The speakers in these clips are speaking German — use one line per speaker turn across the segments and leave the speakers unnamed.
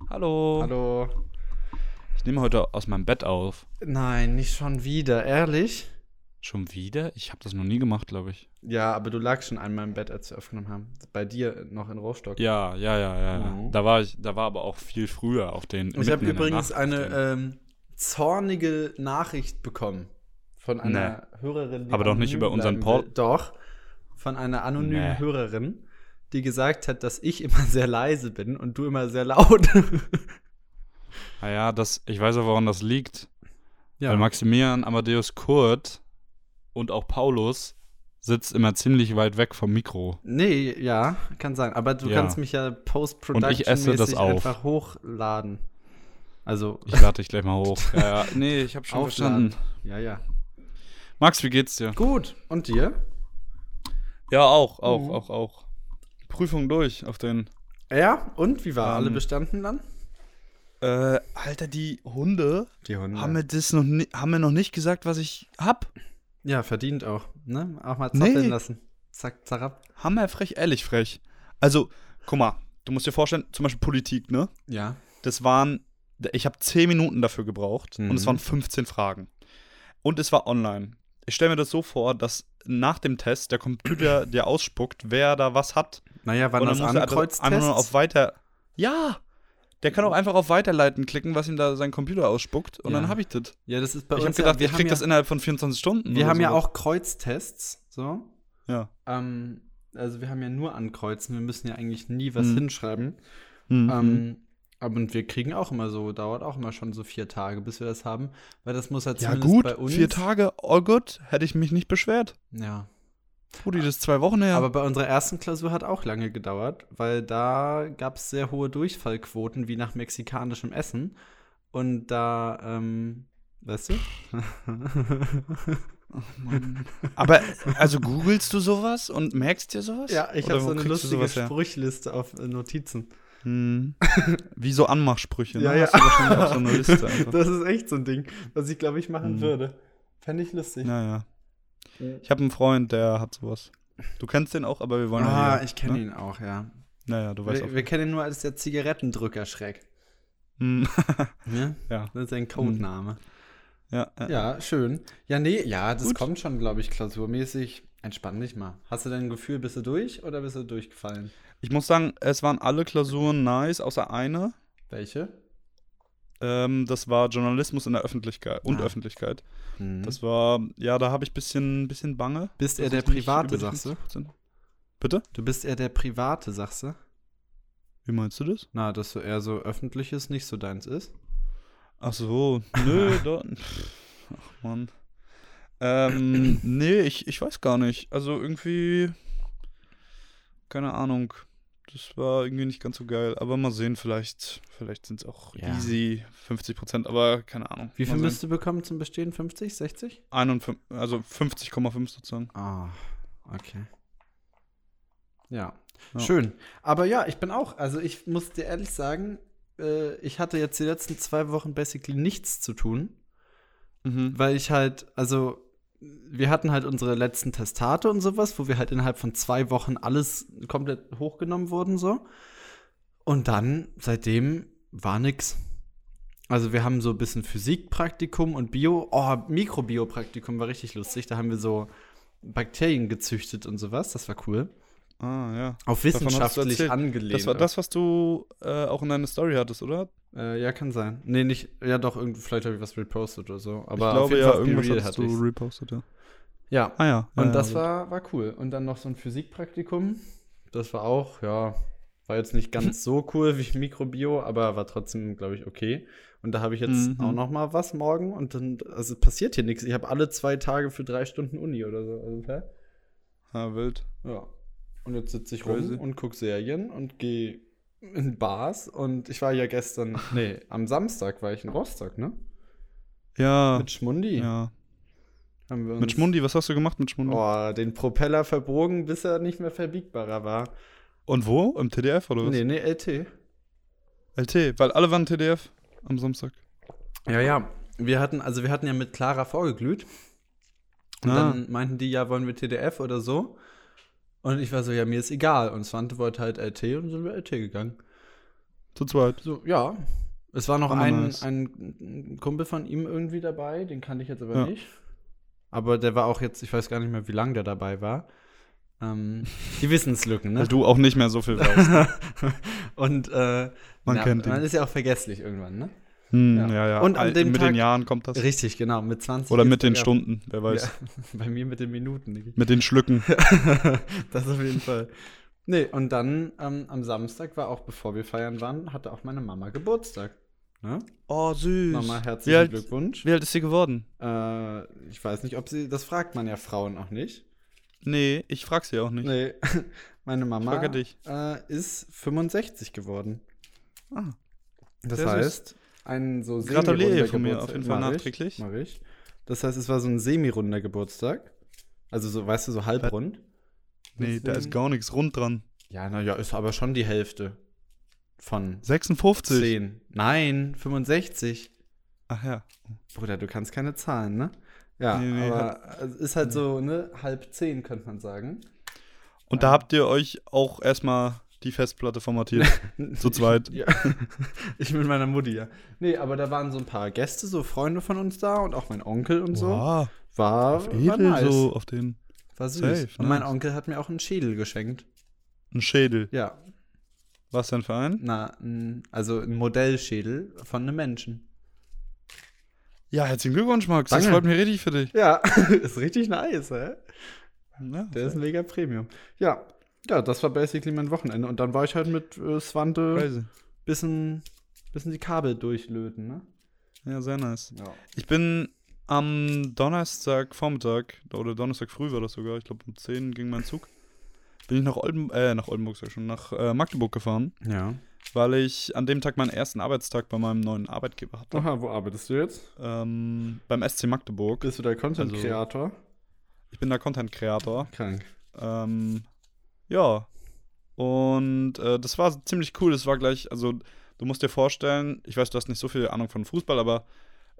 Oh.
Hallo.
Hallo.
Ich nehme heute aus meinem Bett auf.
Nein, nicht schon wieder, ehrlich?
Schon wieder? Ich habe das noch nie gemacht, glaube ich.
Ja, aber du lagst schon einmal im Bett, als wir aufgenommen haben. Bei dir noch in Rostock.
Ja, ja, ja, ja. ja.
Mhm.
Da war ich, da war aber auch viel früher auf den.
ich habe
mitten in der
übrigens
Nacht
eine
auf den-
ähm, zornige Nachricht bekommen von einer Hörerin. die
Aber doch nicht
anonym
über unseren
bleiben
Port-
will. Doch, von einer anonymen
Nee.
Hörerin, die gesagt hat, dass ich immer sehr leise bin und du immer sehr laut.
Ah ja, das, ich weiß auch, woran das liegt. Weil Maximilian Amadeus Kurt und auch Paulus sitzt immer ziemlich weit weg vom Mikro.
Nee, ja, kann sein. Aber du
Ja.
kannst mich ja
Und ich esse das
post-production-mäßig
auf.
einfach hochladen. Also,
Ich lade dich gleich mal hoch. Ja, ja. Nee, ich habe schon
aufladen.
verstanden.
Ja, ja.
Max, wie geht's dir?
Gut, und dir?
Ja, auch, auch,
Mhm.
auch, auch. Prüfung durch auf den.
Ja, und wie war
Ähm,
alle bestanden dann?
Äh, Alter, die Hunde
Die Hunde.
haben mir das noch, ni haben mir noch nicht gesagt, was ich hab.
ja, verdient auch, ne? Auch mal zappeln
Nee.
lassen. Zack, zarab.
Hammerfrech, ehrlich frech. Also, guck mal, du musst dir vorstellen, zum Beispiel Politik, ne?
Ja.
Das waren, ich habe 10 Minuten dafür gebraucht und es
Mhm.
waren 15 Fragen. Und es war online. Ich stelle mir das so vor, dass nach dem Test der Computer dir ausspuckt, wer da was hat.
Naja, waren
und
das
dann muss er einfach- einfach nur auf
Ankreuztests?
Weiter. Ja! Der kann auch einfach auf Weiterleiten klicken, was ihm da sein Computer ausspuckt. Und
Ja.
dann habe ich das.
Ja, das ist bei
Ich
uns
habe gedacht,
ja,
ich
wir
krieg
haben
das
ja,
innerhalb von 24 Stunden.
Wir
oder
haben ja
sowas.
auch Kreuztests, so.
Ja.
Ähm, also wir haben ja nur ankreuzen, wir müssen ja eigentlich nie was
Mhm.
hinschreiben.
Mhm.
Ähm, aber und wir kriegen auch immer so, dauert auch immer schon so vier Tage, bis wir das haben, weil das muss ja
ja,
zumindest
gut.
bei uns.
Vier Tage, all good. Hätte ich mich nicht beschwert.
Ja.
Rudi, das ist zwei Wochen her.
Ah, Aber bei unserer ersten Klausur hat auch lange gedauert, weil da gab es sehr hohe Durchfallquoten, wie nach mexikanischem Essen. Und da, ähm, weißt du?
Aber, also googelst du sowas und merkst dir sowas?
ja, ich
Oder
habe so
wo
eine
kriegst du
lustige
sowas her?
Sprüchliste auf äh, Notizen.
Hm. Wie so Anmachsprüche, ne?
Ja, ja.
Hast du wahrscheinlich auch so eine Liste einfach.
Das ist echt so ein Ding, was ich, glaube ich, machen
Mhm.
würde. Fände ich lustig.
Naja.
Mhm.
Ich habe einen Freund, der hat sowas. Du kennst den auch, aber wir wollen ja
Ah,
hier,
ich kenne
ne?
ihn auch, ja.
Naja, du weißt
Wir, wir kennen ihn nur als der Zigarettendrücker-Schreck.
auch. Hm.
Ne?
ja,
Das ist sein Codename.
ja, ja.
Ja, schön. Ja, nee, ja, das
Gut.
kommt schon, glaube ich, klausurmäßig. Entspann dich mal. Hast du denn ein Gefühl, bist du durch oder bist du durchgefallen?
Ich muss sagen, es waren alle Klausuren nice, außer eine.
Welche?
Ähm, das war Journalismus in der Öffentlichkeit und
Ah.
Öffentlichkeit.
Mhm.
Das war, ja, da habe ich ein bisschen, bisschen Bange.
bist
dass
eher Äh, der
ich nicht
Private,
über die
sagst du?
15 Bitte?
Du bist eher der Private, sagst du?
Wie meinst du das?
Na, dass du eher so Öffentliches nicht so deins ist.
Ach so, nö, da, pff, ach man. Ähm, nee, ich, ich weiß gar nicht. Also irgendwie, keine Ahnung. Das war irgendwie nicht ganz so geil. Aber mal sehen, vielleicht, vielleicht sind es auch
Ja.
easy 50 Prozent, aber keine Ahnung.
Wie viel
Mal
müsst du bekommen zum Bestehen? 50, 60?
51, also 50,5 sozusagen.
Ah, okay. Ja.
Ja.
Schön. Aber ja, ich bin auch, also ich muss dir ehrlich sagen, äh, ich hatte jetzt die letzten zwei Wochen basically nichts zu tun.
Mhm.
weil ich halt, also wir hatten halt unsere letzten Testate und sowas, wo wir halt innerhalb von zwei Wochen alles komplett hochgenommen wurden so. Und dann seitdem war nix. Also wir haben so ein bisschen Physikpraktikum und Bio, oh, Mikrobiopraktikum war richtig lustig. Da haben wir so Bakterien gezüchtet und sowas. Das war cool.
Ah, ja.
Auf
Davon hast du
wissenschaftlich
erzählt.
angelehnt.
Das war das, was du äh, auch in deiner Story hattest, oder?
Äh, ja, kann sein. Nee, nicht, ja doch, irgend, vielleicht habe ich was repostet oder so. Aber
ich
auf
glaube
jeden
ja,
Fall auf
irgendwas
BeReal
hattest
hatte ich's.
du repostet, ja.
Ja,
Ah ja. ja,
Und
ja,
das
gut.
war, war cool. Und dann noch so ein Physikpraktikum. Das war auch, ja, war jetzt nicht ganz so cool wie Mikrobio, aber war trotzdem, glaube ich, okay. Und da habe ich jetzt
Mhm.
auch noch mal was morgen und dann, also passiert hier nichts. Ich habe alle zwei Tage für drei Stunden Uni oder so. Also, hä? Ah,
Ja, wild.
Ja. Und jetzt sitze ich
Crazy.
rum und gucke Serien und gehe in Bars. Und ich war ja gestern, nee, am Samstag war ich in Rostock, ne?
Ja.
Mit Schmundi.
ja.
Haben wir
Mit Schmundi, was hast du gemacht mit Schmundi?
Oh, den Propeller verbogen, bis er nicht mehr verbiegbarer war.
Und wo? Im TDF oder was?
Nee, nee, LT.
LT, weil alle waren TDF am Samstag.
Ja, ja. Wir hatten, also wir hatten ja mit Clara vorgeglüht. Und
Ah.
dann meinten die, ja, wollen wir TDF oder so. Und ich war so, ja, mir ist egal. Und Swante wollte halt LT und sind wir LT gegangen.
zu zweit.
So, ja. Es war noch
War
ein,
nice.
ein Kumpel von ihm irgendwie dabei, den kannte ich jetzt aber
Ja.
nicht. Aber der war auch jetzt, ich weiß gar nicht mehr, wie lange der dabei war. Ähm, die Wissenslücken, ne?
Weil du auch nicht mehr so viel weißt.
Und äh,
Man kennt ihn.
man ist ja auch vergesslich irgendwann, ne?
Hm,
Ja.
ja. ja,
Und an
Al-
dem
Mit den
Tag-
Jahren kommt das.
Richtig, genau, mit 20.
Oder
ist
mit den
ja-
Stunden, wer weiß.
Ja, bei mir mit den Minuten. Niki.
Mit den Schlücken.
das auf jeden Fall. Nee, und dann ähm, am Samstag war auch, bevor wir feiern waren, hatte auch meine Mama Geburtstag. Ne?
Oh, süß.
Mama,
wie,
herzlichen
alt,
Glückwunsch.
wie alt ist sie geworden?
Äh, ich weiß nicht, ob sie, das fragt man ja Frauen auch nicht.
Nee, ich frag sie auch nicht.
Nee, meine Mama
Frage dich.
Äh, ist 65 geworden.
Ah,
Das
sehr süß.
heißt, ein so
Gratuliere
semirunder
von mir
Geburtstag-
auf jeden Fall
mach ich,
nachträglich.
Mach ich. Das heißt, es war so ein semirunder Geburtstag. Also so, weißt du, so
Äh,
halbrund.
Nee, da ist
Deswegen-
gar nichts rund dran.
Ja, naja, ist aber schon die Hälfte von
56.
10. Nein, 65.
Ach ja.
Bruder, du kannst keine Zahlen, ne? Ja,
Nee, nee,
aber es ist halt so, ne, halb zehn, könnte man sagen.
Und
Ah.
da habt ihr euch auch erstmal die Festplatte formatiert. Zu zweit.
Ja. Ich mit meiner Mutti, ja. Nee, aber da waren so ein paar Gäste, so Freunde von uns da und auch mein Onkel und so.
Wow,
War,
auf
war
Edel
nice.
so auf den
War süß.
Safe,
und mein
nice.
Onkel hat mir auch einen Schädel geschenkt.
einen Schädel.
Ja,
Was denn für einen?
na, n- also ein Modellschädel von einem Menschen.
Ja, herzlichen Glückwunsch, Max. Das
Danke.
freut mich richtig für dich.
Ja, ist richtig nice, hä?
Ja.
Der ist mega Premium. Ja, ja, das war basically mein Wochenende. Und dann war ich halt mit äh, Swante
Crazy.
bisschen, bisschen die Kabel durchlöten, ne?
Ja, sehr nice.
Ja.
Ich bin am Donnerstag Vormittag, oder Donnerstag früh war das sogar, ich glaube um 10 ging mein Zug, bin ich nach Oldenburg, äh, nach Oldenburg sag ich schon, nach äh, Magdeburg gefahren,
Ja.
weil ich an dem Tag meinen ersten Arbeitstag bei meinem neuen Arbeitgeber hatte.
Aha, wo arbeitest du jetzt?
Ähm, beim SC Magdeburg.
Bist du der Content Creator?
Ich bin da Content Creator.
Also Krank.
Ähm, ja. Und äh, das war ziemlich cool. Das war gleich, also du musst dir vorstellen, ich weiß, du hast nicht so viel Ahnung von Fußball, aber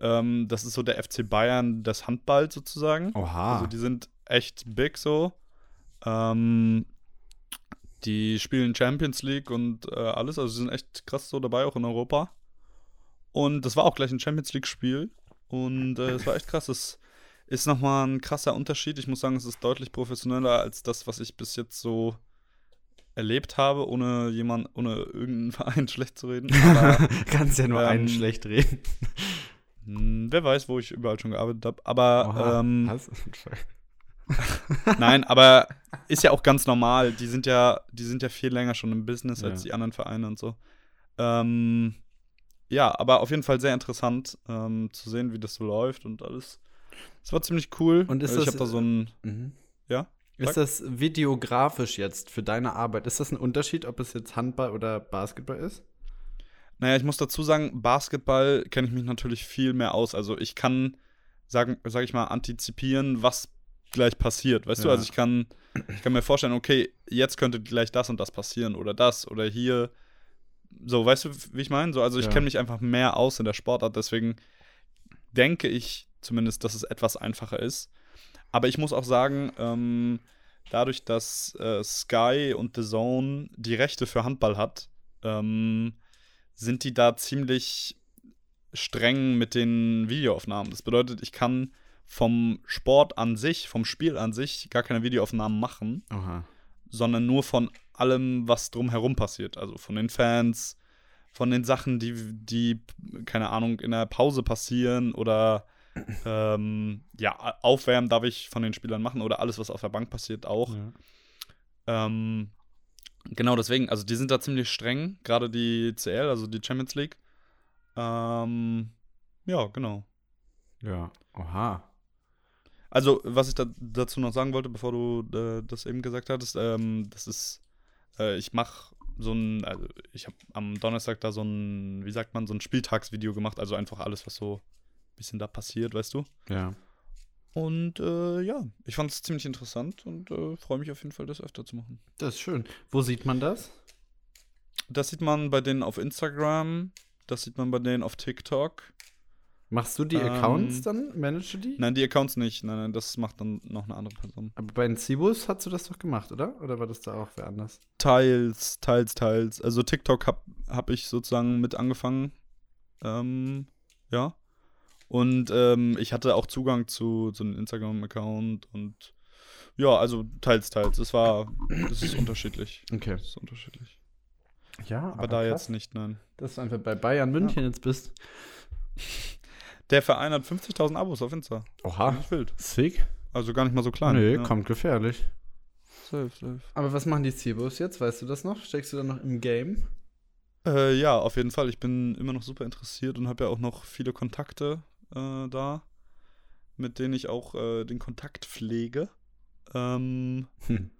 ähm, das ist so der FC Bayern des Handballs sozusagen.
Oha.
Also die sind echt big so. Ähm, die spielen Champions League und äh, alles. Also sie sind echt krass so dabei, auch in Europa. Und das war auch gleich ein Champions League-Spiel. Und äh, es war echt krass. Es ist nochmal ein krasser Unterschied. Ich muss sagen, es ist deutlich professioneller als das, was ich bis jetzt so erlebt habe, ohne jemand, ohne irgendeinen Verein schlecht zu reden. Aber
Kannst ja nur
Ähm,
einen schlecht reden.
mh, hm, wer weiß, wo ich überall schon gearbeitet habe.
äh,
Aber ähm,
Was?
Nein, aber ist ja auch ganz normal. Die sind ja, die sind ja viel länger schon im Business als
Ja.
die anderen Vereine und so. Ähm, ja, aber auf jeden Fall sehr interessant ähm, zu sehen, wie das so läuft und alles. Es war ziemlich cool.
Und ist
Äh, ich
das-
habe da so ein,
Mhm.
ja,
Ist das videografisch jetzt für deine Arbeit? Ist das ein Unterschied, ob es jetzt Handball oder Basketball ist?
Naja, ich muss dazu sagen, Basketball kenne ich mich natürlich viel mehr aus. Also ich kann, sagen, sag ich mal, antizipieren, was gleich passiert. Weißt du,
Ja.
also ich kann, ich kann mir vorstellen, okay, jetzt könnte gleich das und das passieren oder das oder hier. So, weißt du, wie ich meine? So, also ich
Ja.
kenne mich einfach mehr aus in der Sportart, deswegen denke ich zumindest, dass es etwas einfacher ist. Aber ich muss auch sagen, ähm, dadurch, dass äh, Sky und The Zone die Rechte für Handball hat, ähm, sind die da ziemlich streng mit den Videoaufnahmen. Das bedeutet, ich kann vom Sport an sich, vom Spiel an sich gar keine Videoaufnahmen machen,
Oha.
sondern nur von allem, was drumherum passiert. Also von den Fans, von den Sachen, die, die keine Ahnung, in der Pause passieren oder ähm, ja, aufwärmen darf ich von den Spielern machen oder alles, was auf der Bank passiert, auch.
Ja.
Ähm, genau deswegen, also die sind da ziemlich streng, gerade die CL, also die Champions League. Ähm, ja, genau.
ja. Oha.
Also, was ich da, dazu noch sagen wollte, bevor du äh, das eben gesagt hattest, ähm, das ist, äh, ich mache so ein, also ich habe am Donnerstag da so ein, wie sagt man, so ein Spieltagsvideo gemacht, also einfach alles, was so ein bisschen da passiert, weißt du?
Ja.
Und äh, ja, ich fand es ziemlich interessant und äh, freue mich auf jeden Fall, das öfter zu machen.
Das ist schön. Wo sieht man das?
Das sieht man bei denen auf Instagram, das sieht man bei denen auf TikTok.
Machst du die
Ähm,
Accounts dann? Managst du die?
Nein, die Accounts nicht. Nein, nein, das macht dann noch eine andere Person.
Aber bei den Seawolves hast du das doch gemacht, oder? Oder war das da auch wer anders?
Teils, teils, teils. Also TikTok hab, hab ich sozusagen mit angefangen. Ähm, ja. Und ähm, ich hatte auch Zugang zu, zu einem Instagram-Account und ja, also teils, teils. Es war, es ist unterschiedlich.
Okay.
Es ist unterschiedlich.
Ja,
Aber, da jetzt nicht, nein.
Dass du einfach bei Bayern München jetzt bist.
Der Verein hat 50.000 Abos auf Insta.
Oha.
Nicht wild.
Sick.
Also gar nicht mal so klein.
Ah. Nee,
ja.
kommt gefährlich.
Safe, safe.
Aber was machen die Cebos jetzt? Weißt du das noch? Steckst du da noch im Game?
Äh, ja, auf jeden Fall. Ich bin immer noch super interessiert und habe ja auch noch viele Kontakte äh, da, mit denen ich auch äh, den Kontakt pflege. Ähm,
Hm.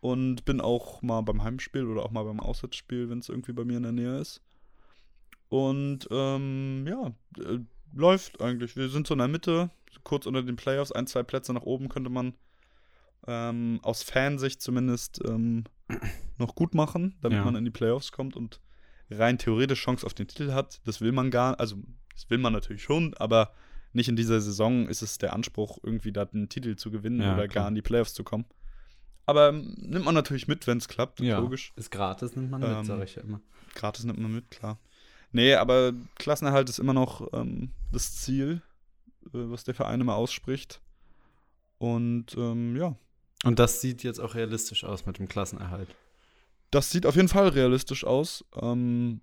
und bin auch mal beim Heimspiel oder auch mal beim Auswärtsspiel, wenn es irgendwie bei mir in der Nähe ist. Und ähm, ja, äh, läuft eigentlich. Wir sind so in der Mitte, kurz unter den Playoffs, ein, zwei Plätze nach oben könnte man ähm, aus Fansicht zumindest ähm, noch gut machen, damit
Ja.
man in die Playoffs kommt und rein theoretisch Chance auf den Titel hat. Das will man gar, also das will man natürlich schon, aber nicht in dieser Saison ist es der Anspruch, irgendwie da den Titel zu gewinnen
Ja,
oder
klar.
gar in die Playoffs zu kommen. Aber ähm, nimmt man natürlich mit, wenn es klappt,
Ja.
logisch.
Ist gratis, nimmt man
Ähm,
mit, sag ich ja immer.
Gratis nimmt man mit, klar. Nee, aber Klassenerhalt ist immer noch ähm, das Ziel, äh, was der Verein immer ausspricht. Und ähm, ja,
Und das sieht jetzt auch realistisch aus mit dem Klassenerhalt.
das sieht auf jeden Fall realistisch aus. Ähm,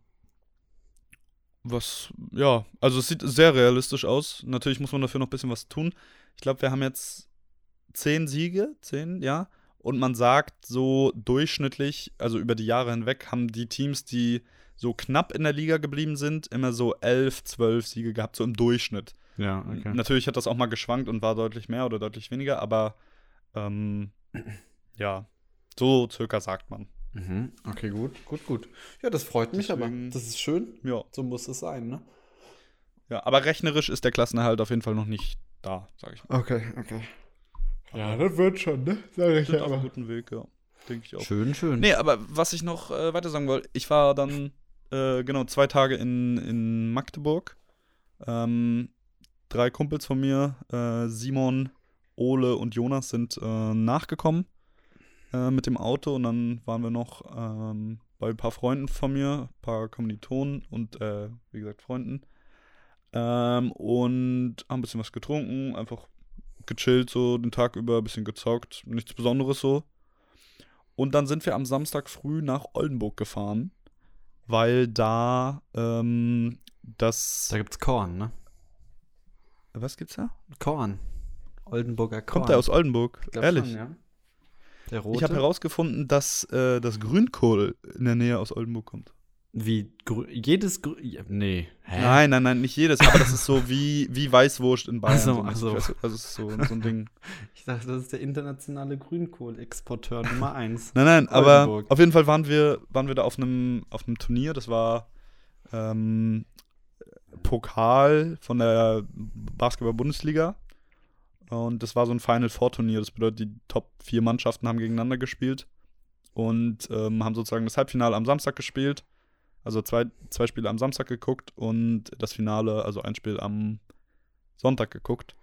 was, ja, also es sieht sehr realistisch aus. Natürlich muss man dafür noch ein bisschen was tun. Ich glaube, wir haben jetzt zehn Siege, zehn, ja. Und man sagt so durchschnittlich, also über die Jahre hinweg, haben die Teams, die so knapp in der Liga geblieben sind, immer so elf, zwölf Siege gehabt, so im Durchschnitt.
Ja,
Natürlich hat das auch mal geschwankt und war deutlich mehr oder deutlich weniger, aber ähm, ja, so circa sagt man.
Mhm. Okay, gut, gut, gut. Ja, das freut mich
Deswegen-
aber. Das ist schön.
Ja,
So muss es sein, ne?
ja, aber rechnerisch ist der Klassenerhalt auf jeden Fall noch nicht da, sag ich mal.
Okay, okay. Ja, das wird schon, ne? Sag
Wir
ich
sind auf einem guten Weg, ja. Denke ich auch.
Schön, schön.
Nee, aber was ich noch äh, weiter sagen wollte, ich war dann äh, genau zwei Tage in, in Magdeburg. Ähm, drei Kumpels von mir, äh, Simon, Ole und Jonas, sind äh, nachgekommen äh, mit dem Auto und dann waren wir noch ähm, bei ein paar Freunden von mir, ein paar Kommilitonen und äh, wie gesagt Freunden. Ähm, und haben ein bisschen was getrunken, einfach gechillt so den Tag über, ein bisschen gezockt, nichts Besonderes so. Und dann sind wir am Samstag früh nach Oldenburg gefahren, weil da ähm, das.
Da gibt's Korn, ne?
Was gibt's da?
Korn. Oldenburger Korn.
Kommt er aus Oldenburg? Ehrlich.
ja. Der rote. Mhm.
Ich habe herausgefunden, dass äh, das Grünkohl in der Nähe aus Oldenburg kommt.
Wie grü jedes grü ja, Nee. Hä?
Nein, nein, nein, nicht jedes, aber das ist so wie, wie Weißwurst in Bayern.
Ach so,
mäßig.
ach so.
Weißt du, Also es ist so, so ein Ding.
Ich dachte, das ist der internationale Grünkohlexporteur Nummer 1.
Nein, nein, aber
Oldenburg.
auf jeden Fall waren wir, waren wir da auf einem, auf einem Turnier. Das war ähm, Pokal von der Basketball-Bundesliga. Und das war so ein Final Four-Turnier. Das bedeutet, die Top vier Mannschaften haben gegeneinander gespielt und ähm, haben sozusagen das Halbfinale am Samstag gespielt. Also zwei, zwei Spiele am Samstag geguckt und das Finale, also ein Spiel am Sonntag geguckt.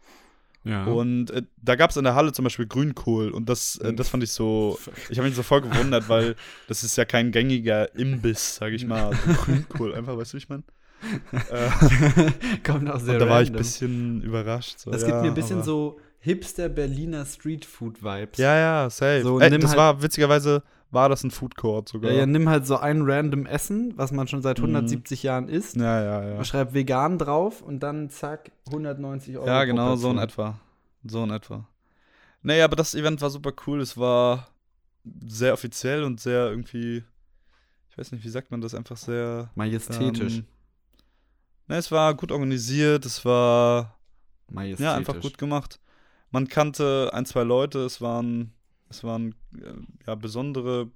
Ja.
Und äh, da gab es in der Halle zum Beispiel Grünkohl und das, äh, das fand ich so, ich habe mich so voll gewundert, weil das ist ja kein gängiger Imbiss, sage ich mal. Also Grünkohl, einfach, weißt du, wie ich meine? Äh,
Kommt auch sehr
und da war ich ein
random.
bisschen überrascht. So,
Das
ja,
gibt mir ein bisschen
aber-
so Hipster-Berliner Streetfood-Vibes.
Ja, ja, safe.
So,
Ey,
nimm
das
halt-
war, witzigerweise, war das ein Food Court
ja,
sogar.
ja, nimm halt so ein random Essen, was man schon seit
Mhm.
170 Jahren isst.
ja, ja. Ja,
Schreib vegan drauf und dann zack, 190 Euro.
ja
pro
genau, so in
Person.
etwa. So in etwa. Naja, aber das Event war super cool. Es war sehr offiziell und sehr irgendwie, ich weiß nicht, wie sagt man das, einfach sehr
Majestätisch.
Ähm, ne, es war gut organisiert, es war
Majestätisch.
ja, einfach gut gemacht. Man kannte ein, zwei Leute, es waren, es waren äh, ja, besondere,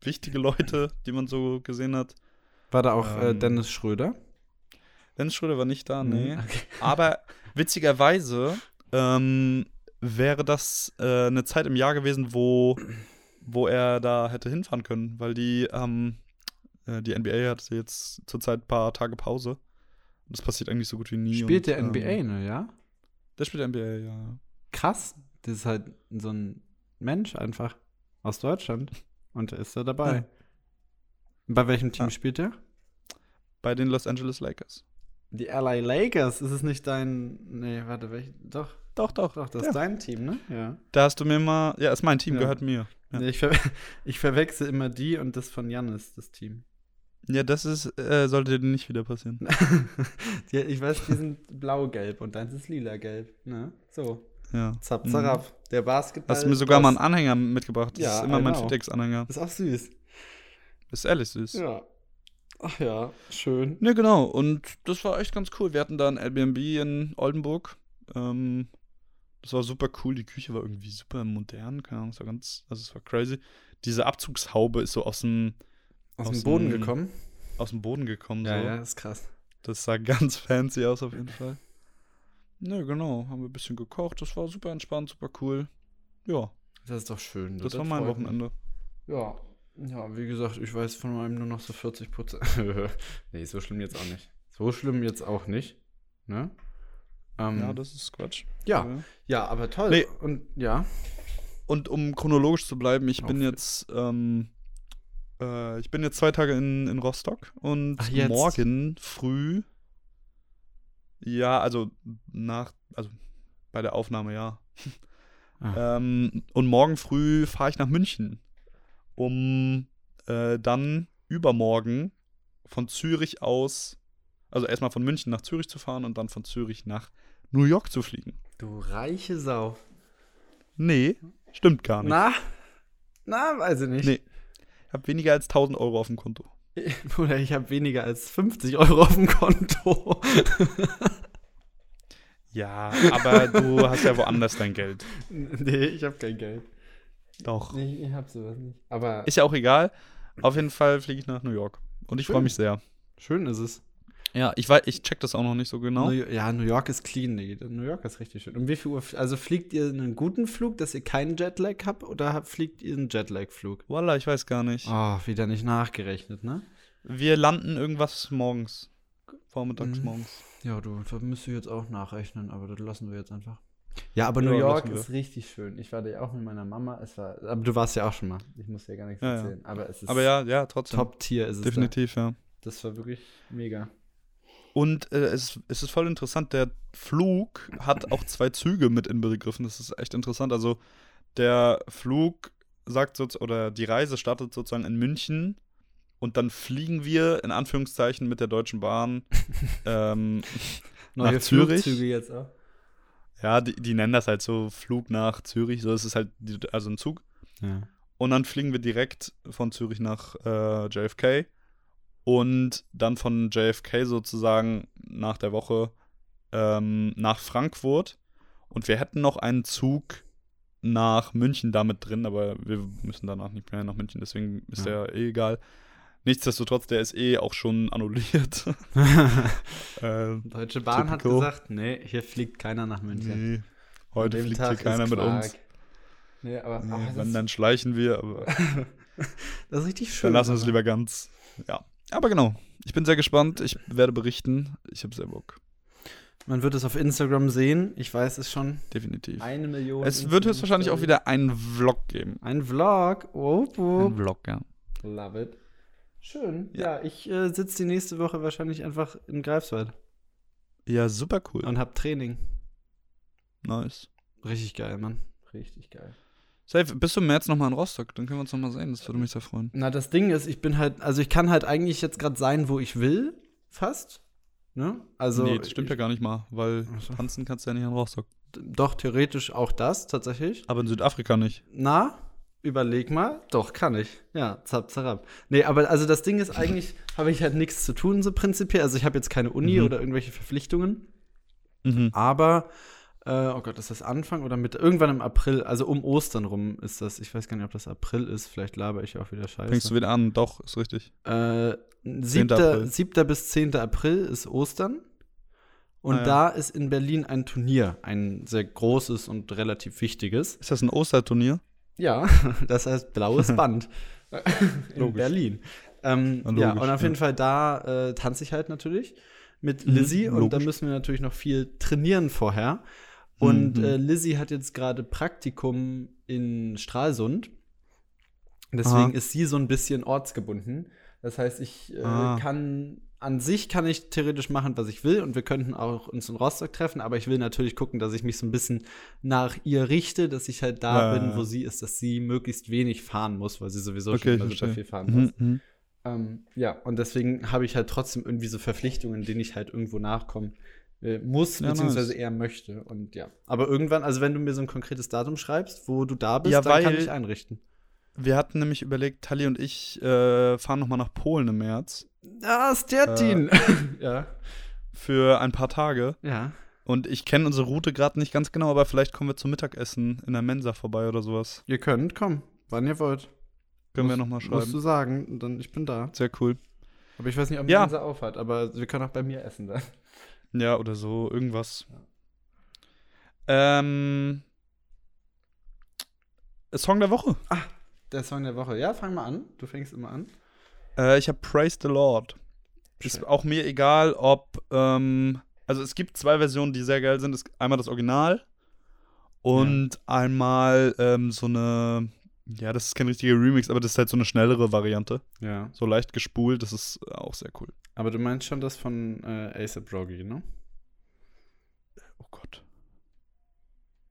wichtige Leute, die man so gesehen hat.
War da auch äh,
Ähm,
Dennis Schröder?
Dennis Schröder war nicht
ah, Mhm.
da, nee.
Okay.
Aber witzigerweise ähm, wäre das äh, eine Zeit im Jahr gewesen, wo, wo er da hätte hinfahren können, weil die, ähm, äh, die NBA hatte jetzt zurzeit ein paar Tage Pause. Das passiert eigentlich so gut wie nie. und,
Spielt der NBA,
Ähm,
ne, ja?
der spielt NBA, ja.
Krass. Das ist halt so ein Mensch einfach aus Deutschland. Und ist er dabei.
Ja.
Bei welchem Team
Ja.
spielt er?
Bei den Los Angeles Lakers.
Die LA Lakers. Ist es nicht dein. Nee, warte, welch. Doch,
Doch, doch.
doch, das
ja.
ist dein Team, ne? Ja.
Da hast du mir mal. Ja, ist mein Team,
Ja.
gehört mir. Ja.
Nee, ich, ver ich verwechsel immer die und das von Jannis, das Team.
Ja, das ist, äh, sollte dir nicht wieder passieren.
Die, ich weiß, die sind blau-gelb und deins ist lila-gelb. Ne? So.
Ja.
Zap,
Mhm.
zarab. Der Basketball.
Hast du mir sogar mal einen
das
Anhänger mitgebracht. Das
Ja,
ist immer mein
genau.
FedEx-Anhänger.
Ist auch süß.
Ist ehrlich süß.
Ja. Ach ja, schön.
Ne, genau. Und das war echt ganz cool. Wir hatten da ein Airbnb in Oldenburg. Ähm, das war super cool. Die Küche war irgendwie super modern. Keine Ahnung, es war ganz, also es war crazy. Diese Abzugshaube ist so aus dem,
Aus,
Aus
dem Boden
dem-
gekommen.
aus dem Boden gekommen. so.
ist krass.
Das sah ganz fancy aus auf jeden Fall. Ne, genau. Haben wir ein bisschen gekocht. Das war super entspannt, super cool. Ja,
Das ist doch schön. du,
das war mein
freut mich.
Wochenende.
Ja. Ja, wie gesagt, ich weiß von meinem nur noch so 40 Prozent. nee, so schlimm jetzt auch nicht. So schlimm jetzt auch nicht. Ne? Ähm,
Ja, das ist Quatsch. Äh,
ja. ja, aber toll.
Nee.
Und ja.
Und um chronologisch zu bleiben, ich bin
Auf-
jetzt, ähm, äh, ich bin jetzt zwei Tage in, in Rostock und
Ach, jetzt.
morgen früh, ja, also nach, also bei der Aufnahme, ja.
Ah.
Ähm, und morgen früh fahre ich nach München, um äh, dann übermorgen von Zürich aus, also erstmal von München nach Zürich zu fahren und dann von Zürich nach New York zu fliegen.
Du reiche Sau.
Nee, stimmt gar nicht.
Na? Na, weiß ich nicht.
Nee. Ich habe weniger als 1000 Euro auf dem Konto.
Bruder, ich habe weniger als 50 Euro auf dem Konto.
Ja, aber du hast ja woanders dein Geld.
nee, ich habe kein Geld.
Doch.
Nee, ich habe sowas nicht. Aber
Ist ja auch egal. Auf jeden Fall fliege ich nach New York. Und ich freue mich sehr.
schön ist es.
Ja, ich weiß, ich check das auch noch nicht so genau.
New, ja, New York ist clean, Digga. New York ist richtig schön. Um wie viel Uhr? f- Also fliegt ihr einen guten Flug, dass ihr keinen Jetlag habt, oder hab- fliegt ihr einen Jetlag-Flug?
Voila, ich weiß gar nicht.
Oh, wieder nicht nachgerechnet, ne?
Wir landen irgendwas morgens. Vormittags
Mhm.
morgens.
Ja, du, da müsst ihr jetzt auch nachrechnen, aber das lassen wir jetzt einfach. Ja, aber
Ja,
New York
lassen wir.
ist richtig schön. Ich war da ja auch mit meiner Mama. Es war, aber du warst ja auch schon mal. Ich muss dir gar nichts
Ja, ja.
erzählen. Aber es ist
Aber ja, ja, trotzdem.
Top-Tier ist es. da.
Definitiv, ja.
Das war wirklich mega.
Und äh, es, es ist voll interessant, der Flug hat auch zwei Züge mit inbegriffen. Das ist echt interessant. Also der Flug sagt sozusagen, oder die Reise startet sozusagen in München und dann fliegen wir in Anführungszeichen mit der Deutschen Bahn. ähm, Nach Zürich?
Flugzüge jetzt auch.
ja, die, die nennen das halt so Flug nach Zürich. So es ist halt die, also ein Zug.
Ja.
Und dann fliegen wir direkt von Zürich nach äh, JFK. Und dann von JFK sozusagen nach der Woche ähm, nach Frankfurt. Und wir hätten noch einen Zug nach München damit drin, aber wir müssen danach nicht mehr nach München, deswegen ist
Ja.
der eh egal. Nichtsdestotrotz, der ist eh auch schon annulliert. äh,
Deutsche Bahn hat
Typico.
gesagt, nee, hier fliegt keiner nach München.
nee. Heute
An dem
fliegt
Tag
hier keiner
ist
mit
Quark.
uns.
Nee, aber
Nee,
aber
wenn,
das,
dann schleichen wir, aber
das ist richtig schön.
Dann lassen wir es lieber ganz. Ja. Aber genau. Ich bin sehr gespannt. Ich werde berichten. Ich habe sehr Bock.
Man wird es auf Instagram sehen. Ich weiß es schon.
Definitiv.
Eine Million.
Es wird höchstwahrscheinlich auch
Instagram-Story.
wieder einen Vlog geben.
Ein Vlog. Oh,
Ein
oh.
Vlog, ja.
Love it. Schön. Ja,
Ja.
ich äh, sitze die nächste Woche wahrscheinlich einfach in Greifswald
Ja, super cool.
und hab Training.
Nice.
Richtig geil, Mann. Richtig geil.
Safe, bist du im März nochmal in Rostock? Dann können wir uns nochmal sehen. Das würde mich sehr freuen.
Na, das Ding ist, ich bin halt, also ich kann halt eigentlich jetzt gerade sein, wo ich will, fast. Ne? Also,
nee, das stimmt ja
ich,
gar nicht mal, weil
Ach so.
tanzen kannst du ja nicht in Rostock.
doch theoretisch auch das tatsächlich.
Aber in Südafrika nicht.
Na, überleg mal, doch kann ich. Ja, zap, zarab. Nee, aber also das Ding ist eigentlich, habe ich halt nichts zu tun, so prinzipiell. Also ich habe jetzt keine Uni
Mhm.
oder irgendwelche Verpflichtungen. Ah,
Mhm.
Aber, äh, oh Gott, ist das Anfang oder mit irgendwann im April, also um Ostern rum ist das. Ich weiß gar nicht, ob das April ist, vielleicht laber ich auch wieder Scheiße.
Fängst du wieder an? Doch, ist richtig.
Äh, 7.
April.
7. bis 10. April ist Ostern. Und
Ah, ja.
da ist in Berlin ein Turnier, ein sehr großes und relativ wichtiges.
Ist das ein Osterturnier?
Ja, das heißt blaues Band. in
Logisch.
Berlin. Ähm,
Na,
ja,
logisch,
und auf
ja.
jeden Fall da äh, tanze ich halt natürlich. mit
Mhm,
Lizzie und da
logisch.
müssen wir natürlich noch viel trainieren vorher. Und
Mhm.
äh, Lizzie hat jetzt gerade Praktikum in Stralsund. Deswegen
Aha.
ist sie so ein bisschen ortsgebunden. Das heißt, ich äh,
Ah.
kann an sich kann ich theoretisch machen, was ich will und wir könnten auch uns in Rostock treffen, aber ich will natürlich gucken, dass ich mich so ein bisschen nach ihr richte, dass ich halt da
Ja, ja,
bin,
ja.
wo sie ist, dass sie möglichst wenig fahren muss, weil sie sowieso
Okay,
schon
ich
immer super
verstehe.
viel fahren muss.
Mhm, mhm.
Ähm, ja, und deswegen habe ich halt trotzdem irgendwie so Verpflichtungen, denen ich halt irgendwo nachkommen äh, muss,
Ja,
beziehungsweise
nice.
eher möchte. Und ja. Aber irgendwann, also wenn du mir so ein konkretes Datum schreibst, wo du da bist,
Ja,
dann kann
weil-
ich einrichten.
Wir hatten nämlich überlegt, Tali und ich äh, fahren nochmal nach Polen im März
Ah, Stettin! ja.
für ein paar Tage.
Ja.
Und ich kenne unsere Route gerade nicht ganz genau, aber vielleicht kommen wir zum Mittagessen in der Mensa vorbei oder sowas.
Ihr könnt, komm, wann ihr wollt.
Können wir
Musst-
nochmal
Musst du
schreiben.
sagen, und dann ich bin da.
Sehr cool.
Aber ich weiß nicht, ob
Ja.
Mensa auf hat, aber wir können auch bei mir essen dann.
Ja, oder so, irgendwas. Ähm. Song der Woche.
Der Song der Woche. Ja, fang mal an. Du fängst immer an.
Äh, ich habe Praise the Lord. Ist
Schön.
auch mir egal, ob. Ähm, also es gibt zwei Versionen, die sehr geil sind. Es, einmal das Original und einmal ähm, so eine. Ja, das ist kein richtiger Remix, aber das ist halt so eine schnellere Variante.
Ja.
So leicht gespult, das ist äh, auch sehr cool.
Aber du meinst schon das von äh, ASAP Rocky, ne?
Oh Gott.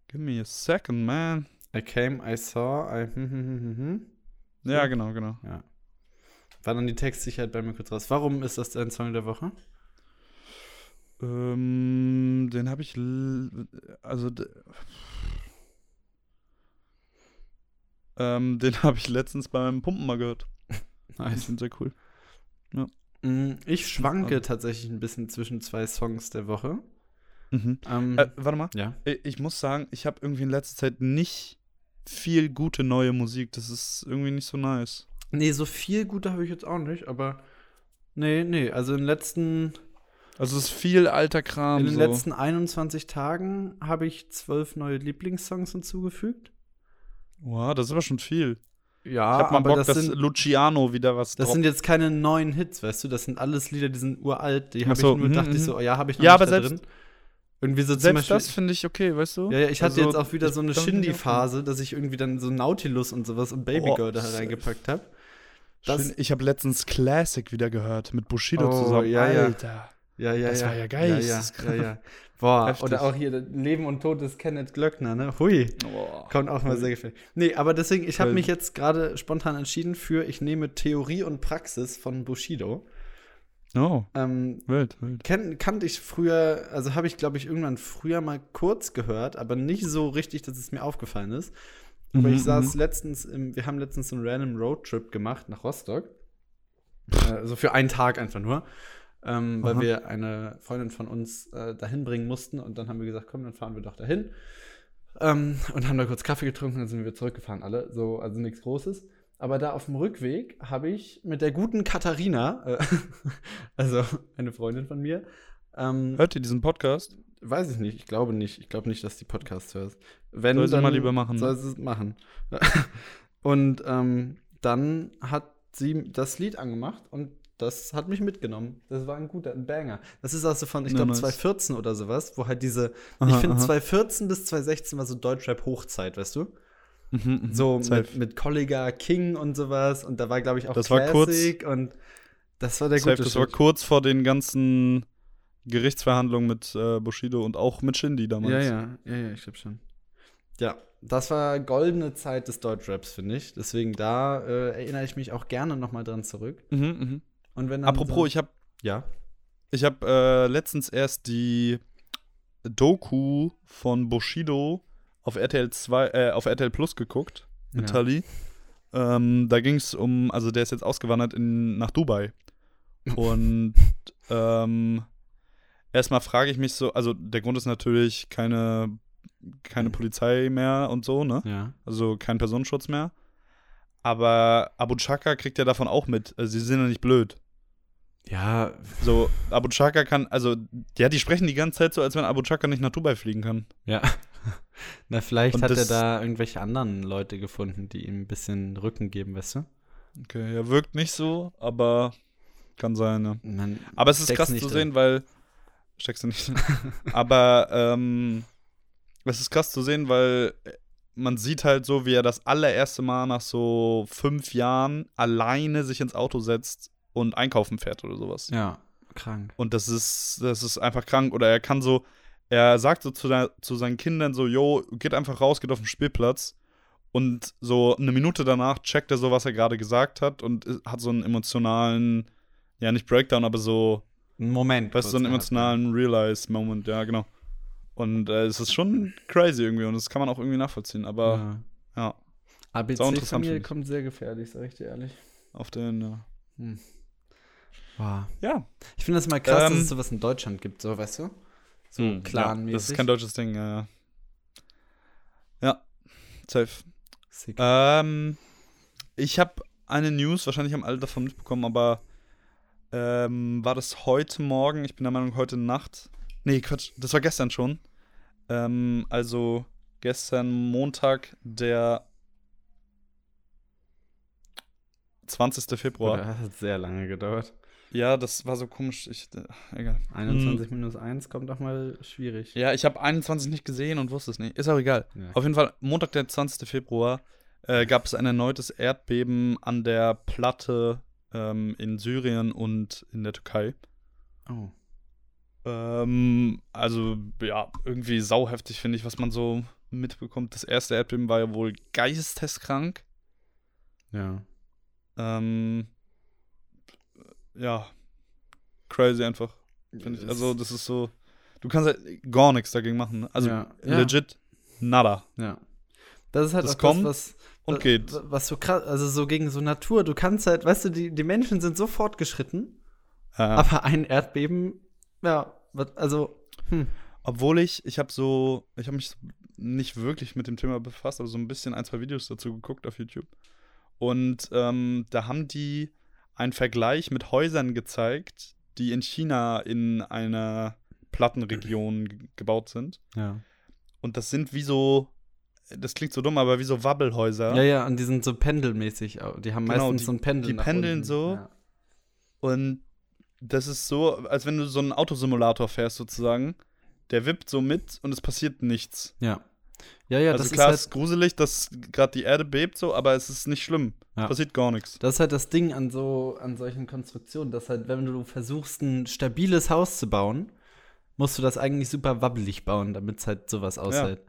Give me a second, man.
I came, I saw, I. Hm, hm, hm, hm, hm.
Ja,
Ja.
genau, genau.
Ja. War dann die Textsicherheit bei mir kurz raus. Warum ist das dein Song der Woche?
Ähm, den habe ich. l- Also. d- Ähm, den habe ich letztens bei meinem Pumpen mal gehört. Ich finde sehr cool.
Mm, Ich schwanke
Also-
tatsächlich ein bisschen zwischen zwei Songs der Woche.
Mhm.
Ähm,
Äh, warte mal.
ja.
I- Ich muss sagen, ich habe irgendwie in letzter Zeit nicht viel gute neue Musik. Das ist irgendwie nicht so nice.
Nee, so viel Gute habe ich jetzt auch nicht, aber. Nee, nee, also in den letzten,
Also es ist viel alter Kram.
in den
so.
letzten 21 Tagen habe ich zwölf neue Lieblingssongs hinzugefügt.
Wow, das ist aber schon viel.
Ja,
ich habe mal
Ah, aber
Bock,
das,
dass
sind,
Luciano wieder was
das
droppt.
sind jetzt keine neuen Hits, weißt du? Das sind alles Lieder, die sind uralt. Die habe
Ach so,
ich nur,
mhm,
dachte ich
mhm.
so, oh ja, habe ich noch
Ja,
nicht
aber
da
selbst-
drin. Irgendwie so zum
Selbst
Beispiel,
das finde ich okay, weißt du?
Ja, ja, ich hatte
Also,
jetzt auch wieder so eine
ich- damit bin ich auch
Shindy-Phase, dass ich irgendwie dann so Nautilus und sowas und Baby
Oh,
Girl da
safe.
reingepackt habe.
Das
Das-
ich habe letztens Classic wieder gehört mit Bushido
Oh,
zusammen.
ja, ja.
Alter.
Ja, ja,
Das
ja.
war ja geil,
Ja,
das ist
ja,
krass.
ja, ja. Boah,
Heftig.
oder auch hier Leben und Tod des Kenneth Glöckner, ne? Hui. Kommt auch mal sehr gefällt. Nee, aber deswegen, ich habe
Crazy.
mich jetzt gerade spontan entschieden für, ich nehme Theorie und Praxis von Bushido.
Oh,
Ähm,
wild, wild.
kenn, kannte ich früher, also habe ich, glaube ich, irgendwann früher mal kurz gehört, aber nicht so richtig, dass es mir aufgefallen ist. Aber
Mhm,
ich saß letztens, im, wir haben letztens einen random Roadtrip gemacht nach Rostock. Äh, Also für einen Tag einfach nur. Ähm, weil
Aha.
wir eine Freundin von uns äh, dahin bringen mussten und dann haben wir gesagt, komm, dann fahren wir doch dahin. Ähm, und haben da kurz Kaffee getrunken, dann sind wir zurückgefahren alle. So, also nichts Großes. Aber da auf dem Rückweg habe ich mit der guten Katharina, äh, also eine Freundin von mir, ähm,
Hört ihr diesen Podcast?
Weiß ich nicht, ich glaube nicht. Ich glaube nicht, dass die Podcasts hörst. Wenn,
Soll sie
dann
mal lieber machen.
Soll sie es machen. und ähm, dann hat sie das Lied angemacht und das hat mich mitgenommen. Das war ein guter, ein Banger. Das ist also von, ich
Ja,
glaube,
nice.
2014 oder sowas, wo halt diese, ich
Aha,
finde
aha.
2014 bis 2016 war so Deutschrap-Hochzeit, weißt du?
Mhm, mhm.
So
Safe.
mit, mit Kollega King und sowas und da war, glaube ich, auch
Das war kurz.
und das war der
Safe,
gute
das war
Shit.
kurz vor den ganzen Gerichtsverhandlungen mit äh, Bushido und auch mit Shindy damals.
Ja, ja, ja, ja, ich glaube schon. Ja, das war goldene Zeit des Deutschraps, finde ich. Deswegen da äh, erinnere ich mich auch gerne nochmal dran zurück.
Mhm, mhm.
Und wenn dann so,
Apropos, ich habe
ja.
ich hab, äh, letztens erst die Doku von Bushido auf RTL 2, äh, auf RTL Plus geguckt mit
ja.
Tali. Ähm, da ging es um, also der ist jetzt ausgewandert in, nach Dubai. Und ähm, erstmal frage ich mich so, also der Grund ist natürlich keine, keine Polizei mehr und so, ne?
ja.
Also kein Personenschutz mehr. Aber Abu Chaka kriegt ja davon auch mit. Also sie sind ja nicht blöd.
Ja,
So, Abu Chaka kann, also, ja, die sprechen die ganze Zeit so, als wenn Abu Chaka nicht nach Dubai fliegen kann.
ja. Na, vielleicht
Und
hat er
das-
da irgendwelche anderen Leute gefunden, die ihm ein bisschen Rücken geben, weißt du?
Okay, er wirkt nicht so, aber kann sein, ne?
Man
Aber es ist
steckt's
krass
nicht
zu
drin.
sehen, weil Steckst du nicht. Aber ähm, es ist krass zu sehen, weil äh, man sieht halt so, wie er das allererste Mal nach so fünf Jahren alleine sich ins Auto setzt und einkaufen fährt oder sowas.
Ja, krank.
Und das ist, das ist einfach krank. Oder er kann so, er sagt so zu, der, zu seinen Kindern so, yo, geht einfach raus, geht auf den Spielplatz. Und so eine Minute danach checkt er so, was er gerade gesagt hat und i- hat so einen emotionalen, ja, nicht Breakdown, aber so,
Ein Moment.
weißt du, so einen emotionalen Realize-Moment, ja, genau. Und äh, es ist schon crazy irgendwie und das kann man auch irgendwie nachvollziehen, aber
Ja.
ja, Sau interessant, finde
ABC-Familie
ich.
kommt sehr gefährlich, sag ich dir ehrlich.
auf den, ja.
Wow.
Ja,
Ich finde das mal krass,
Ähm,
dass es sowas in Deutschland gibt, so, weißt du? So
Hm,
clanmäßig.
Ja, das ist kein deutsches Ding, ja. ja. Ja, safe.
Sick.
Ähm, ich habe eine News, wahrscheinlich haben alle davon mitbekommen, aber ähm, war das heute Morgen? Ich bin der Meinung, heute Nacht. Nee, Quatsch, das war gestern schon. Ähm, also gestern Montag, der 20. Februar.
Oder hat sehr lange gedauert.
Ja, das war so komisch. Ich, äh, egal.
21 minus 1 kommt auch mal schwierig.
Hm. Ja, ich habe 21 nicht gesehen und wusste es nicht. Ist auch egal.
Ja.
Auf jeden Fall, Montag, der 20. Februar, äh, gab es ein erneutes Erdbeben an der Platte ähm, in Syrien und in der Türkei.
Oh.
Ähm, also, ja, irgendwie sauheftig, finde ich, was man so mitbekommt. Das erste Erdbeben war ja wohl geisteskrank.
Ja.
Ähm, ja, crazy einfach, finde ich. Also, das ist so, du kannst halt gar nichts dagegen machen. ne? Also,
Ja. Ja.
legit, nada.
Ja. Das ist halt
Das
auch
kommt
das, was.
und
wa-
geht.
wa- Was so krass, also so gegen so Natur. Du kannst halt, weißt du, die, die Menschen sind so fortgeschritten,
Ja.
aber ein Erdbeben, ja, was- also, hm,
Obwohl ich, ich habe so, ich habe mich nicht wirklich mit dem Thema befasst, aber so ein bisschen ein, zwei Videos dazu geguckt auf YouTube. Und ähm, da haben die einen Vergleich mit Häusern gezeigt, die in China in einer Plattenregion ge- gebaut sind.
ja.
Und das sind wie so, das klingt so dumm, aber wie so Wabbelhäuser.
Ja, ja, und die sind so pendelmäßig. au- Die haben
Genau,
meistens
die-
so ein Pendel.
die
nach
pendeln
unten.
so.
Ja.
Und das ist so, als wenn du so einen Autosimulator fährst sozusagen. Der wippt so mit und es passiert nichts.
Ja, ja, ja
also
das,
klar, es
ist
ist
halt,
gruselig, dass gerade die Erde bebt so, aber es ist nicht schlimm.
Ja.
Passiert gar nichts.
das ist halt das Ding an so an solchen Konstruktionen, dass halt, wenn du versuchst, ein stabiles Haus zu bauen, musst du das eigentlich super wabbelig bauen, damit es halt sowas aushält.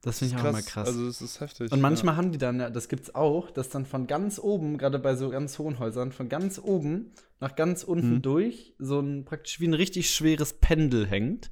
Das finde ich auch mal krass.
Also es ist heftig.
und manchmal haben die dann, ja, das gibt's auch, dass dann von ganz oben, gerade bei so ganz hohen Häusern, von ganz oben nach ganz unten
Mhm.
durch, so ein praktisch wie ein richtig schweres Pendel hängt.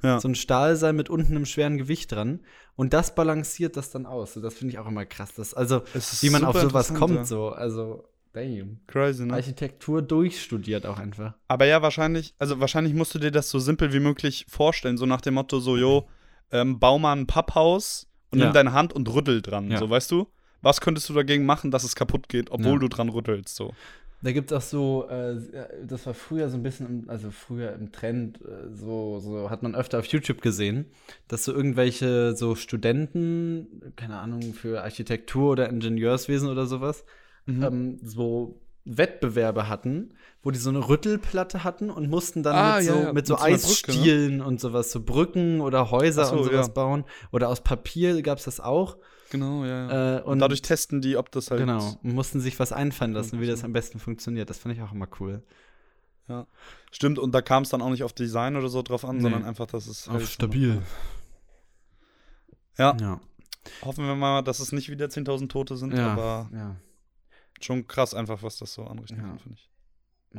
ja.
so ein Stahlseil mit unten einem schweren Gewicht dran. Und das balanciert das dann aus. So, das finde ich auch immer krass. Das, also,
Es ist
wie man auf
super
sowas
interessant,
kommt,
ja.
so. Also, damn.
Crazy, ne?
Architektur durchstudiert auch einfach.
Aber ja, wahrscheinlich, also wahrscheinlich musst du dir das so simpel wie möglich vorstellen, so nach dem Motto, so, jo, ähm, bau mal ein Papphaus und
Ja.
nimm deine Hand und rüttel dran,
Ja.
so, weißt du? Was könntest du dagegen machen, dass es kaputt geht, obwohl
Ja.
du dran rüttelst, so?
Da gibt es auch so, äh, das war früher so ein bisschen, im, also früher im Trend, äh, so, so hat man öfter auf YouTube gesehen, dass so irgendwelche so Studenten, keine Ahnung, für Architektur oder Ingenieurswesen oder sowas,
Mhm.
ähm, so Wettbewerbe hatten, wo die so eine Rüttelplatte hatten und mussten dann
Ah,
mit so,
ja, ja,
mit so
mit so einer Brücke, ne?
Eisstielen und sowas, so Brücken oder Häuser
Ach so,
und sowas
ja.
bauen. Oder aus Papier gab es das auch.
Genau, ja, ja.
Äh,
und dadurch testen die, ob das halt
Genau, und mussten sich was einfallen lassen, wie das am besten funktioniert. Das fand ich auch immer cool.
Stimmt, und da kam es dann auch nicht auf Design oder so drauf an,
Nee.
sondern einfach, dass es halt- Ja,
Ja,
hoffen wir mal, dass es nicht wieder 10.000 Tote sind,
ja,
aber
ja.
schon krass einfach, was das so anrichten
Ja.
kann, finde ich.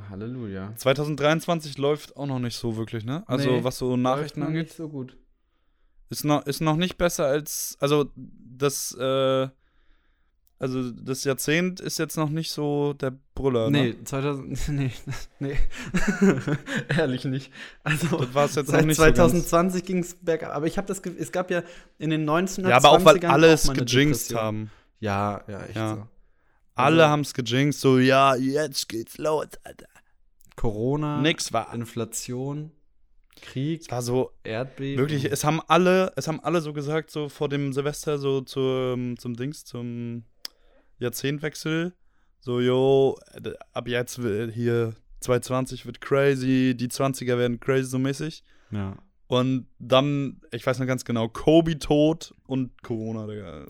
Halleluja.
2023 läuft auch noch nicht so wirklich, ne? Also,
Nee,
was so Nachrichten
Läuft noch
angeht,
nicht so gut.
ist noch, ist noch nicht besser als, also, das, äh, also, das Jahrzehnt ist jetzt noch nicht so der Brüller, ne?
Nee, 2000, nee, nee. Ehrlich nicht. Also,
Das war es jetzt noch
Seit
nicht 2000 so
2020 ging es bergab. Aber ich habe das, Ge- es gab ja in den 1920ern.
ganz. Ja, aber auch, weil
auch
alle es
mal eine
gejinxt
Depression.
haben.
Ja, ja, echt
Ja.
so.
Alle
Also-
haben es gejinxt, so, ja, jetzt geht's los, Alter.
Corona,
Nix war.
Inflation, Krieg,
Es war so,
Erdbeben.
Wirklich, es haben alle, es haben alle so gesagt, so vor dem Silvester, so zum, zum Dings, zum Jahrzehntwechsel, so, yo, d- ab jetzt will hier 220 wird crazy, die 20er werden crazy so mäßig.
Ja.
Und dann, ich weiß noch ganz genau, Kobe tot und Corona, Digga.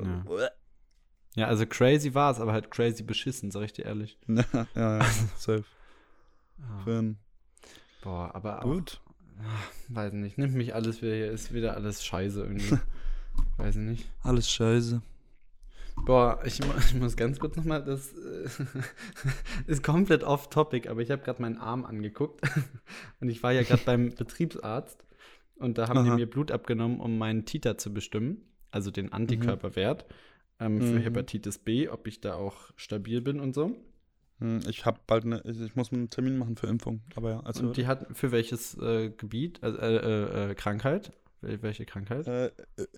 Ja, also crazy war es, aber halt crazy beschissen, sag ich dir ehrlich.
Ja, ja, ja safe. Fan.
Boah, aber auch, ah,
Gut.
weiß nicht, nimmt mich alles wieder hier, ist wieder alles scheiße irgendwie. weiß nicht.
Alles scheiße.
Boah, ich, mu- ich muss ganz kurz nochmal, das äh, ist komplett off-topic, aber ich habe gerade meinen Arm angeguckt und ich war ja gerade beim Betriebsarzt und da haben die
Aha.
mir Blut abgenommen, um meinen Titer zu bestimmen, also den Antikörperwert ähm, für
Mhm.
Hepatitis B, ob ich da auch stabil bin und so.
Hm, Ich hab bald eine, ich, ich muss einen Termin machen für Impfung. Aber ja, also.
Und die hat für welches äh, Gebiet, also, äh, äh, äh, Krankheit? Wel welche Krankheit?
äh,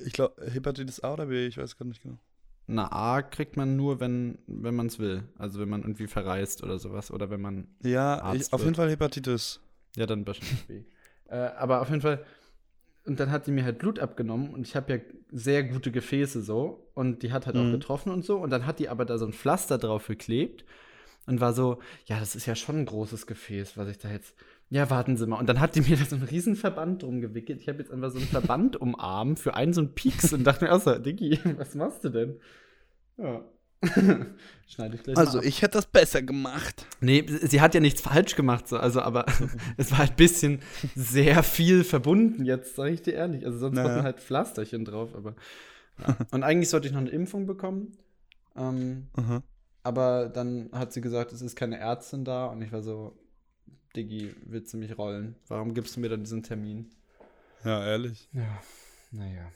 ich glaube, Hepatitis A oder B, ich weiß gar nicht genau.
Na, A kriegt man nur, wenn, wenn man es will. Also wenn man irgendwie verreist oder sowas. Oder wenn man.
Ja,
Arzt
ich, auf
wird.
jeden Fall Hepatitis.
Ja, dann wahrscheinlich B. äh, aber auf jeden Fall. Und dann hat die mir halt Blut abgenommen und ich habe ja sehr gute Gefäße so. Und die hat halt auch
Mhm.
getroffen und so. Und dann hat die aber da so ein Pflaster drauf geklebt und war so, ja, das ist ja schon ein großes Gefäß, was ich da jetzt. Ja, warten Sie mal. Und dann hat die mir da so einen riesen Verband drum gewickelt. Ich habe jetzt einfach so einen Verband umarmt für einen so einen Pieks und dachte mir, außer, Diggi, was machst du denn? Ja. Schneide ich gleich mal
Also,
ab.
ich hätte das besser gemacht.
Nee, sie hat ja nichts falsch gemacht, so, also, aber es war halt ein bisschen sehr viel verbunden jetzt, sage ich dir ehrlich. Also sonst
Naja.
hatten halt Pflasterchen drauf, aber. Ja. Und eigentlich sollte ich noch eine Impfung bekommen. Ähm,
Aha.
aber dann hat sie gesagt, es ist keine Ärztin da und ich war so, Diggi, willst du mich rollen? Warum gibst du mir dann diesen Termin?
Ja, ehrlich.
Ja, naja.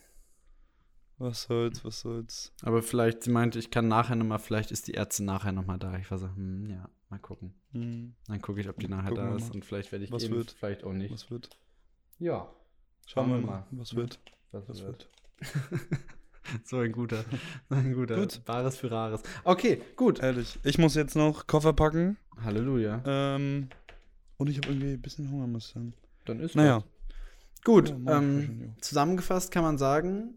Was soll's, was soll's.
Aber vielleicht, sie meinte, ich kann nachher nochmal, vielleicht ist die Ärztin nachher nochmal da. Ich war so, hm, ja, mal gucken.
Hm,
Dann gucke ich, ob die nachher
Gucken
da
wir
ist
mal.
und vielleicht werde ich
Was
geimpft,
wird.
vielleicht auch nicht.
was wird?
Ja.
Schauen wir mal. Was
Ja,
wird?
Was,
Was
wird.
wird?
So ein guter, so ein guter.
Gut.
Wahres für Rares. Okay, gut.
Ehrlich. Ich muss jetzt noch Koffer packen.
Äh, Halleluja.
Ähm, und ich habe irgendwie ein bisschen Hunger, muss ich sagen.
Dann ist
Naja.
das. Gut,
Ja, mach ich schon,
ähm,
jo.
zusammengefasst kann man sagen,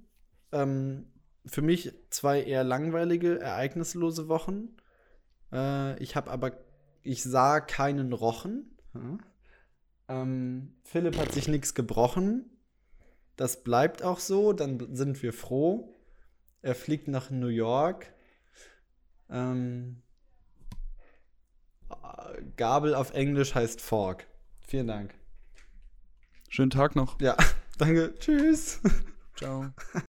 ähm, für mich zwei eher langweilige, ereignislose Wochen. Äh, ich habe aber, ich sah keinen Rochen. Hm. Ähm, Philipp hat sich nichts gebrochen. Das bleibt auch so, dann b- sind wir froh. Er fliegt nach New York. Ähm, äh, Gabel auf Englisch heißt Fork. Vielen Dank.
Schönen Tag noch.
Ja, danke. Tschüss.
Ciao.